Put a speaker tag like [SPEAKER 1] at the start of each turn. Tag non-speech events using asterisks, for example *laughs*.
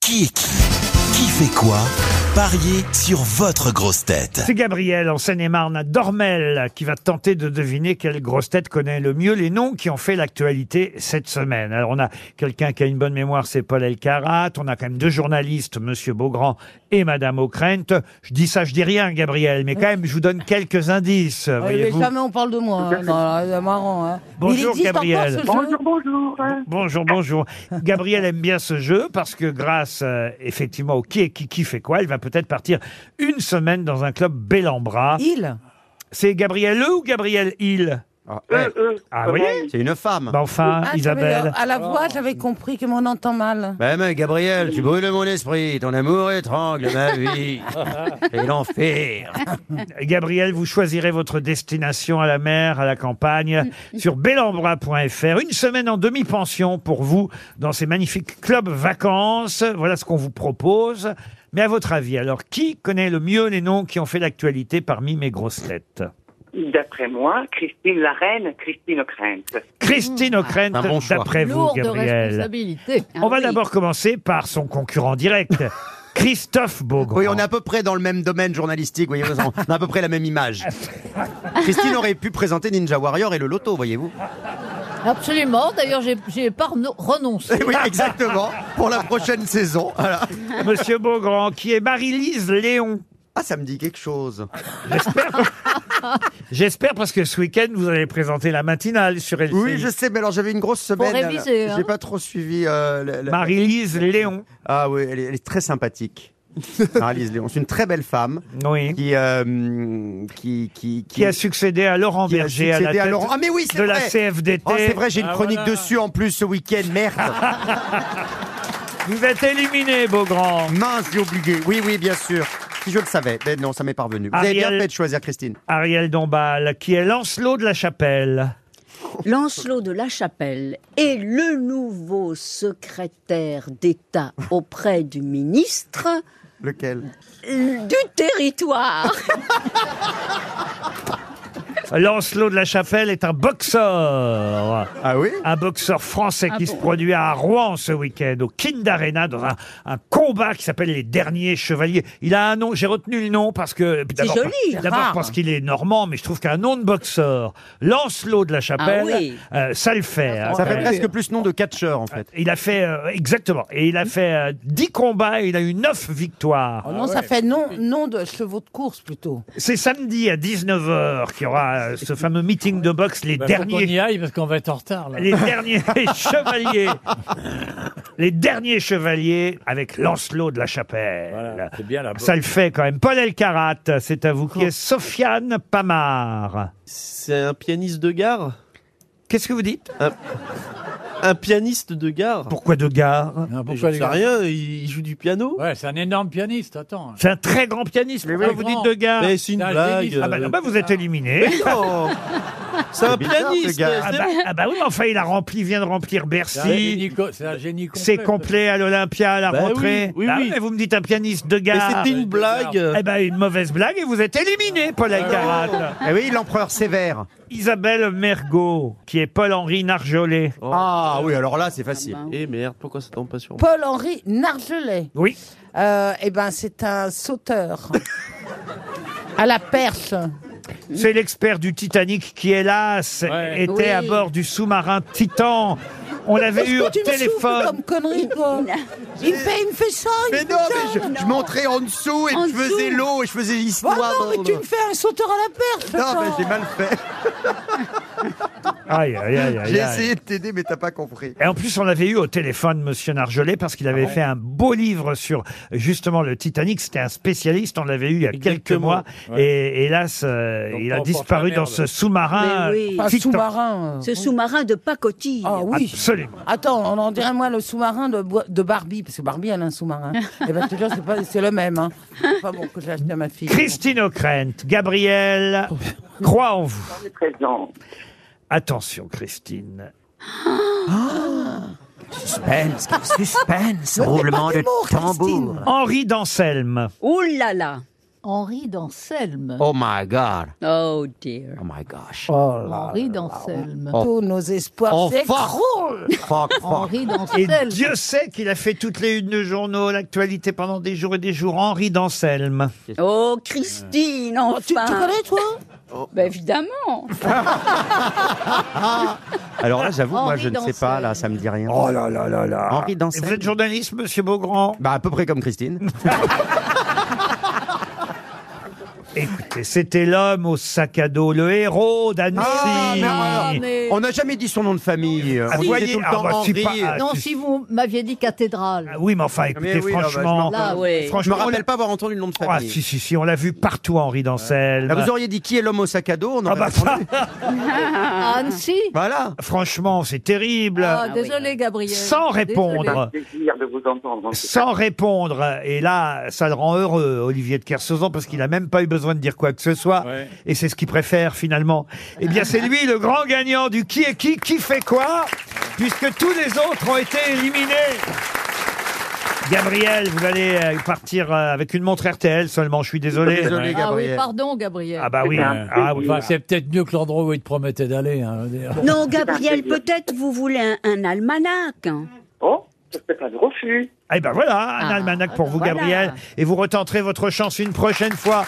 [SPEAKER 1] Qui est qui Qui fait quoi Pariez sur votre grosse tête.
[SPEAKER 2] C'est Gabriel en Seine-et-Marne à Dormel qui va tenter de deviner quelle grosse tête connaît le mieux les noms qui ont fait l'actualité cette semaine. Alors on a quelqu'un qui a une bonne mémoire, c'est Paul Elkarat. On a quand même deux journalistes, Monsieur Beaugrand et Madame O'Krent. Je dis ça, je dis rien, Gabriel, mais quand même, je vous donne quelques indices.
[SPEAKER 3] Ouais, mais
[SPEAKER 2] Ah, voyez-vous.
[SPEAKER 3] jamais on parle de moi. hein. Non, là, c'est marrant. hein.
[SPEAKER 2] Bonjour,
[SPEAKER 3] Il existe
[SPEAKER 2] Gabriel.
[SPEAKER 3] encore ce jeu
[SPEAKER 4] Bonjour, euh, bonjour.
[SPEAKER 2] Bonjour, bonjour. Gabrielle aime bien ce jeu parce que grâce euh, effectivement au qui est qui qui fait quoi, elle va peut-être partir une semaine dans un club bel en bras.
[SPEAKER 3] Il
[SPEAKER 2] C'est Gabrielle E ou Gabrielle Il
[SPEAKER 5] Ah,
[SPEAKER 4] Euh,
[SPEAKER 5] ouais.
[SPEAKER 4] euh,
[SPEAKER 2] Ah oui
[SPEAKER 5] C'est une femme.
[SPEAKER 2] Bah enfin,
[SPEAKER 3] Ah, j'avais
[SPEAKER 2] Isabelle. *laughs*
[SPEAKER 3] le- À la
[SPEAKER 6] Oh.
[SPEAKER 3] voix, j'avais compris que mon entend mal.
[SPEAKER 5] Bah, mais Gabriel, tu brûles mon esprit, ton amour étrangle ma *laughs* vie. C'est l'enfer.
[SPEAKER 2] Gabrielle, vous choisirez votre destination à la mer, à
[SPEAKER 6] *laughs*
[SPEAKER 2] la campagne, sur belambra.fr. Une semaine en demi-pension pour vous dans ces magnifiques clubs vacances. Voilà ce qu'on vous propose. Mais à votre avis, alors, qui connaît le mieux les noms qui ont fait l'actualité parmi mes grosses têtes
[SPEAKER 4] D'après moi, Christine la reine, Christine O'Krent.
[SPEAKER 2] Christine O'Krent,
[SPEAKER 5] Un bon choix.
[SPEAKER 2] d'après vous,
[SPEAKER 6] Mmh. Lourde
[SPEAKER 2] Gabriel.
[SPEAKER 6] responsabilité. Ah
[SPEAKER 2] On va d'abord commencer par son
[SPEAKER 6] *laughs*
[SPEAKER 2] concurrent direct, Christophe Beaugrand.
[SPEAKER 5] Oui, on est à peu près dans le même domaine journalistique, voyez-vous. On a à peu près la même image. *laughs* Christine aurait pu présenter Ninja Warrior et le loto, voyez-vous.
[SPEAKER 6] Absolument. D'ailleurs, j'ai- j'ai pas reno- renoncé.
[SPEAKER 5] Eh *laughs*
[SPEAKER 2] Ah
[SPEAKER 5] Oui, exactement. Pour la prochaine saison. Voilà.
[SPEAKER 2] Monsieur Beaugrand, qui est Marie-Lise Léon.
[SPEAKER 5] Ah, ça me dit quelque chose.
[SPEAKER 2] J'espère parce que ce week-end, vous allez présenter la matinale sur LCI.
[SPEAKER 5] Oui, je sais, mais alors j'avais une grosse semaine.
[SPEAKER 6] réviser,
[SPEAKER 5] alors,
[SPEAKER 6] hein.
[SPEAKER 5] J'ai pas trop suivi. euh, la- la-
[SPEAKER 2] Marie-Lise Léon.
[SPEAKER 5] Ah oui, elle est, elle est très sympathique. *laughs* Marie-Lise Léon, c'est une très belle femme
[SPEAKER 2] Oui.
[SPEAKER 5] qui, euh, qui, qui,
[SPEAKER 2] Qui a succédé à Laurent
[SPEAKER 5] qui a
[SPEAKER 2] Berger à la
[SPEAKER 5] succédé
[SPEAKER 2] tête
[SPEAKER 5] à Laurent. Ah mais oui, c'est
[SPEAKER 2] de la
[SPEAKER 5] vrai.
[SPEAKER 2] CFDT.
[SPEAKER 5] Oh, c'est vrai, j'ai
[SPEAKER 2] Ah, ben
[SPEAKER 5] une chronique dessus en plus ce week-end, merde.
[SPEAKER 2] Vous êtes éliminé, Beaugrand.
[SPEAKER 5] Mince, j'ai oublié. Oui, oui, bien sûr. Si je le savais, mais non, ça m'est parvenu. Vous avez bien
[SPEAKER 2] Ariel.
[SPEAKER 5] fait de choisir Christine.
[SPEAKER 2] Ariel Dombal, qui est Lancelot de la Chapelle.
[SPEAKER 7] Lancelot de la Chapelle est le nouveau secrétaire d'État auprès du ministre
[SPEAKER 5] Lequel
[SPEAKER 7] du territoire.
[SPEAKER 6] Ah,
[SPEAKER 2] Lancelot de la Chapelle est un boxeur.
[SPEAKER 5] Ah oui
[SPEAKER 2] Un boxeur français
[SPEAKER 7] Ah
[SPEAKER 2] qui se produit à Rouen ce week-end, au Kind Arena, dans un, un combat qui s'appelle Les Derniers Chevaliers. Il a un nom, j'ai retenu le nom parce que. d'abord
[SPEAKER 7] joli,
[SPEAKER 2] par- D'abord
[SPEAKER 7] rare.
[SPEAKER 2] parce qu'il est normand, mais je trouve qu'un nom de boxeur, Lancelot de la Chapelle,
[SPEAKER 7] Ah oui. Ah,
[SPEAKER 2] euh, ça le fait. hein,
[SPEAKER 5] Ça
[SPEAKER 2] quand
[SPEAKER 5] fait
[SPEAKER 2] même.
[SPEAKER 5] presque plus nom de catcheur en fait.
[SPEAKER 2] Il a fait, euh, exactement, et
[SPEAKER 7] Hmm.
[SPEAKER 2] il a fait euh, 10 combats et il a eu 9 victoires.
[SPEAKER 3] Oh non, ça fait nom, nom de chevaux de course plutôt.
[SPEAKER 2] C'est samedi à 19h qu'il y aura euh, ce fameux meeting de boxe, les
[SPEAKER 8] Bah, Faut qu'on
[SPEAKER 2] derniers
[SPEAKER 8] y aille parce qu'on va être en retard. Là.
[SPEAKER 2] les derniers *laughs* chevaliers. Les derniers chevaliers avec Lancelot de la Chapelle.
[SPEAKER 8] Voilà, c'est bien la
[SPEAKER 2] Ça le fait quand même. Paul Elkarat, c'est à vous qui est Sofiane Pamar.
[SPEAKER 9] C'est un pianiste de gare
[SPEAKER 2] Qu'est-ce que vous dites
[SPEAKER 9] Un pianiste de gare
[SPEAKER 2] Pourquoi de gare
[SPEAKER 8] Non,
[SPEAKER 9] Mais
[SPEAKER 8] Ah, pourquoi
[SPEAKER 9] je
[SPEAKER 8] les
[SPEAKER 9] sais
[SPEAKER 8] gars
[SPEAKER 9] rien, il il joue du piano
[SPEAKER 8] Ouais, c'est un énorme pianiste, attends.
[SPEAKER 2] C'est un très grand pianiste. Pourquoi
[SPEAKER 8] oui,
[SPEAKER 2] vous
[SPEAKER 8] grand.
[SPEAKER 2] dites de gare
[SPEAKER 9] Mais c'est une
[SPEAKER 8] Ah, je
[SPEAKER 9] blague.
[SPEAKER 8] l'ai mis.
[SPEAKER 2] Ah bah,
[SPEAKER 9] euh,
[SPEAKER 2] non, bah, vous êtes éliminé.
[SPEAKER 9] non. C'est un
[SPEAKER 5] bizarre, ce
[SPEAKER 9] pianiste
[SPEAKER 5] gars.
[SPEAKER 2] Ah
[SPEAKER 9] c'est-
[SPEAKER 2] bah, ah bah oui, mais enfin, il a rempli, vient de remplir
[SPEAKER 8] C'est un
[SPEAKER 2] Bercy.
[SPEAKER 8] génie co- C'est un génie complet.
[SPEAKER 2] C'est complet à l'Olympia, à la
[SPEAKER 9] Bah oui,
[SPEAKER 2] rentrée.
[SPEAKER 9] oui,
[SPEAKER 2] Ah
[SPEAKER 9] oui.
[SPEAKER 2] mais vous me dites un pianiste de
[SPEAKER 9] Mais
[SPEAKER 2] gare.
[SPEAKER 9] c'était une
[SPEAKER 8] c'est
[SPEAKER 9] blague
[SPEAKER 2] ah, Eh ben, une mauvaise blague et vous êtes éliminé, Paul Elkarat.
[SPEAKER 5] Eh oui, l'empereur sévère.
[SPEAKER 2] Isabelle Mergot, qui est Paul-Henri Narjolet.
[SPEAKER 9] Oh.
[SPEAKER 5] Ah oui, alors là, c'est facile.
[SPEAKER 9] Eh merde, pourquoi ça tombe pas sur moi
[SPEAKER 3] Paul-Henri Nargelet.
[SPEAKER 2] Oui.
[SPEAKER 3] Euh, eh ben, c'est
[SPEAKER 2] *laughs*
[SPEAKER 3] un sauteur. à la perche.
[SPEAKER 2] C'est l'expert du Titanic qui, hélas,
[SPEAKER 8] Ouais.
[SPEAKER 2] était
[SPEAKER 7] Oui.
[SPEAKER 2] à bord du sous-marin Titan. On l'avait eu au
[SPEAKER 3] tu me souffles
[SPEAKER 2] téléphone.
[SPEAKER 3] comme connerie, toi Il me fait, il me fait ça, il me
[SPEAKER 5] Mais
[SPEAKER 3] fait
[SPEAKER 5] non,
[SPEAKER 3] ça.
[SPEAKER 5] mais je, je montrais en dessous et
[SPEAKER 7] En
[SPEAKER 5] je faisais l'eau et je faisais
[SPEAKER 3] Oh
[SPEAKER 5] l'histoire.
[SPEAKER 3] non, mais tu me fais un sauteur à la perche
[SPEAKER 5] bah, Non, mais
[SPEAKER 3] attends.
[SPEAKER 5] j'ai mal fait.
[SPEAKER 2] Aïe, aïe, aïe, aïe,
[SPEAKER 5] J'ai
[SPEAKER 2] aïe.
[SPEAKER 5] essayé de t'aider, mais t'as pas compris.
[SPEAKER 2] Et en plus, on l'avait eu au téléphone, Monsieur Nargelet, parce qu'il avait fait un beau livre sur justement le Titanic. C'était un spécialiste. On l'avait eu il y a quelques
[SPEAKER 9] Exactement.
[SPEAKER 2] mois. Et hélas, euh,
[SPEAKER 8] Donc,
[SPEAKER 2] il a
[SPEAKER 8] on porte
[SPEAKER 2] disparu
[SPEAKER 8] la
[SPEAKER 2] dans
[SPEAKER 8] merde.
[SPEAKER 2] ce sous-marin.
[SPEAKER 7] Mais oui.
[SPEAKER 2] euh,
[SPEAKER 3] Pas
[SPEAKER 2] Titan.
[SPEAKER 3] sous-marin. euh.
[SPEAKER 6] ah.
[SPEAKER 7] Ce sous-marin de pacotille.
[SPEAKER 3] Ah oui.
[SPEAKER 2] Absolument.
[SPEAKER 3] Attends, on en dirait moi le sous-marin de, Bo- de Barbie, parce que Barbie elle a un *laughs* sous-marin. Et ben toujours c'est pas c'est le même. Hein. C'est Pas bon que je l'acheté à ma fille.
[SPEAKER 2] Christine O'Krent, Gabriel, crois en vous.
[SPEAKER 4] C'est présent.
[SPEAKER 2] Attention, Christine.
[SPEAKER 5] Suspense, suspense, roulement de
[SPEAKER 3] tambour.
[SPEAKER 2] Henri d'Anselme.
[SPEAKER 7] Oh là là.
[SPEAKER 6] Henri d'Anselme.
[SPEAKER 5] Oh my God.
[SPEAKER 7] Oh dear.
[SPEAKER 6] Ah,
[SPEAKER 5] Oh my gosh.
[SPEAKER 6] Henri d'Anselme.
[SPEAKER 5] Oh.
[SPEAKER 3] Tous nos espoirs
[SPEAKER 5] Oh, fuck.
[SPEAKER 3] s'écroulent.
[SPEAKER 5] Fuck, fuck.
[SPEAKER 6] Henri
[SPEAKER 2] Et
[SPEAKER 6] d'Anselme.
[SPEAKER 2] Dieu sait qu'il a fait toutes les unes de journaux, l'actualité pendant des jours et des jours. Henri d'Anselme.
[SPEAKER 7] Oh, Christine,
[SPEAKER 6] Ah,
[SPEAKER 7] enfin.
[SPEAKER 3] Tu, tu connais, toi
[SPEAKER 7] Bah, évidemment.
[SPEAKER 5] Alors là, j'avoue, moi,
[SPEAKER 6] Henri
[SPEAKER 5] je ne sais pas, là, ça me dit rien.
[SPEAKER 2] Oh là là là là.
[SPEAKER 5] Henri
[SPEAKER 2] Et vous
[SPEAKER 5] Dancel.
[SPEAKER 2] êtes journaliste, monsieur Beaugrand
[SPEAKER 5] Bah, à peu près comme Christine.
[SPEAKER 2] Écoutez, c'était l'homme au sac à dos, le héros d'Annecy.
[SPEAKER 6] Ah, mais-
[SPEAKER 5] On n'a jamais dit son nom de famille.
[SPEAKER 2] Ah,
[SPEAKER 5] On
[SPEAKER 2] vous
[SPEAKER 5] disait
[SPEAKER 2] voyez,
[SPEAKER 5] tout le
[SPEAKER 2] ah,
[SPEAKER 5] temps
[SPEAKER 2] bah,
[SPEAKER 5] Henri.
[SPEAKER 2] c'est pas- ah,
[SPEAKER 6] Non,
[SPEAKER 2] tu-
[SPEAKER 6] si vous m'aviez dit cathédrale.
[SPEAKER 2] Ah oui, mais enfin, écoutez,
[SPEAKER 5] Mais oui, ah bah, je
[SPEAKER 2] franchement.
[SPEAKER 5] m'en-
[SPEAKER 7] Là, oui.
[SPEAKER 5] Je me
[SPEAKER 2] franchement,
[SPEAKER 5] rappelle pas avoir entendu le nom de
[SPEAKER 2] on l'a- ah,
[SPEAKER 5] famille.
[SPEAKER 2] si, si, si, on l'a vu partout, Henri Dancel.
[SPEAKER 5] Là, vous auriez dit qui est l'homme au sac à dos On
[SPEAKER 2] Ah
[SPEAKER 5] aurait
[SPEAKER 2] bah ça,
[SPEAKER 5] répondu.
[SPEAKER 7] Ah.
[SPEAKER 6] À Annecy
[SPEAKER 5] Voilà.
[SPEAKER 2] franchement, c'est terrible.
[SPEAKER 6] Ah, Désolé, Gabriel.
[SPEAKER 2] Sans
[SPEAKER 6] Désolé.
[SPEAKER 2] répondre.
[SPEAKER 4] plaisir de vous entendre. en tout cas.
[SPEAKER 2] Sans répondre. Et là, ça le rend heureux, Olivier de Kersauzon, parce qu'il a même pas eu besoin de dire quoi que ce soit.
[SPEAKER 8] Ouais.
[SPEAKER 2] Et c'est ce qu'il préfère, finalement. Eh bien, c'est lui, le grand gagnant du qui est qui, qui fait quoi, puisque tous les autres ont été éliminés. Gabriel, vous allez euh, partir euh, avec une montre RTL seulement, je suis désolé.
[SPEAKER 5] Désolé,
[SPEAKER 6] Ah oui,
[SPEAKER 5] Gabriel.
[SPEAKER 6] pardon, Gabriel.
[SPEAKER 2] Ah bah oui.
[SPEAKER 4] C'est un
[SPEAKER 2] Ah oui.
[SPEAKER 8] Enfin, c'est peut-être mieux que l'endroit où il te promettait d'aller. hein.
[SPEAKER 7] Non, Gabriel, peut-être vous voulez un, un almanach. hein.
[SPEAKER 4] Oh, ça c'est pas de refus.
[SPEAKER 2] Eh ben voilà, un
[SPEAKER 6] Ah,
[SPEAKER 2] almanach pour
[SPEAKER 6] ben
[SPEAKER 2] vous,
[SPEAKER 6] voilà.
[SPEAKER 2] Gabriel. Et vous retenterez votre chance une prochaine fois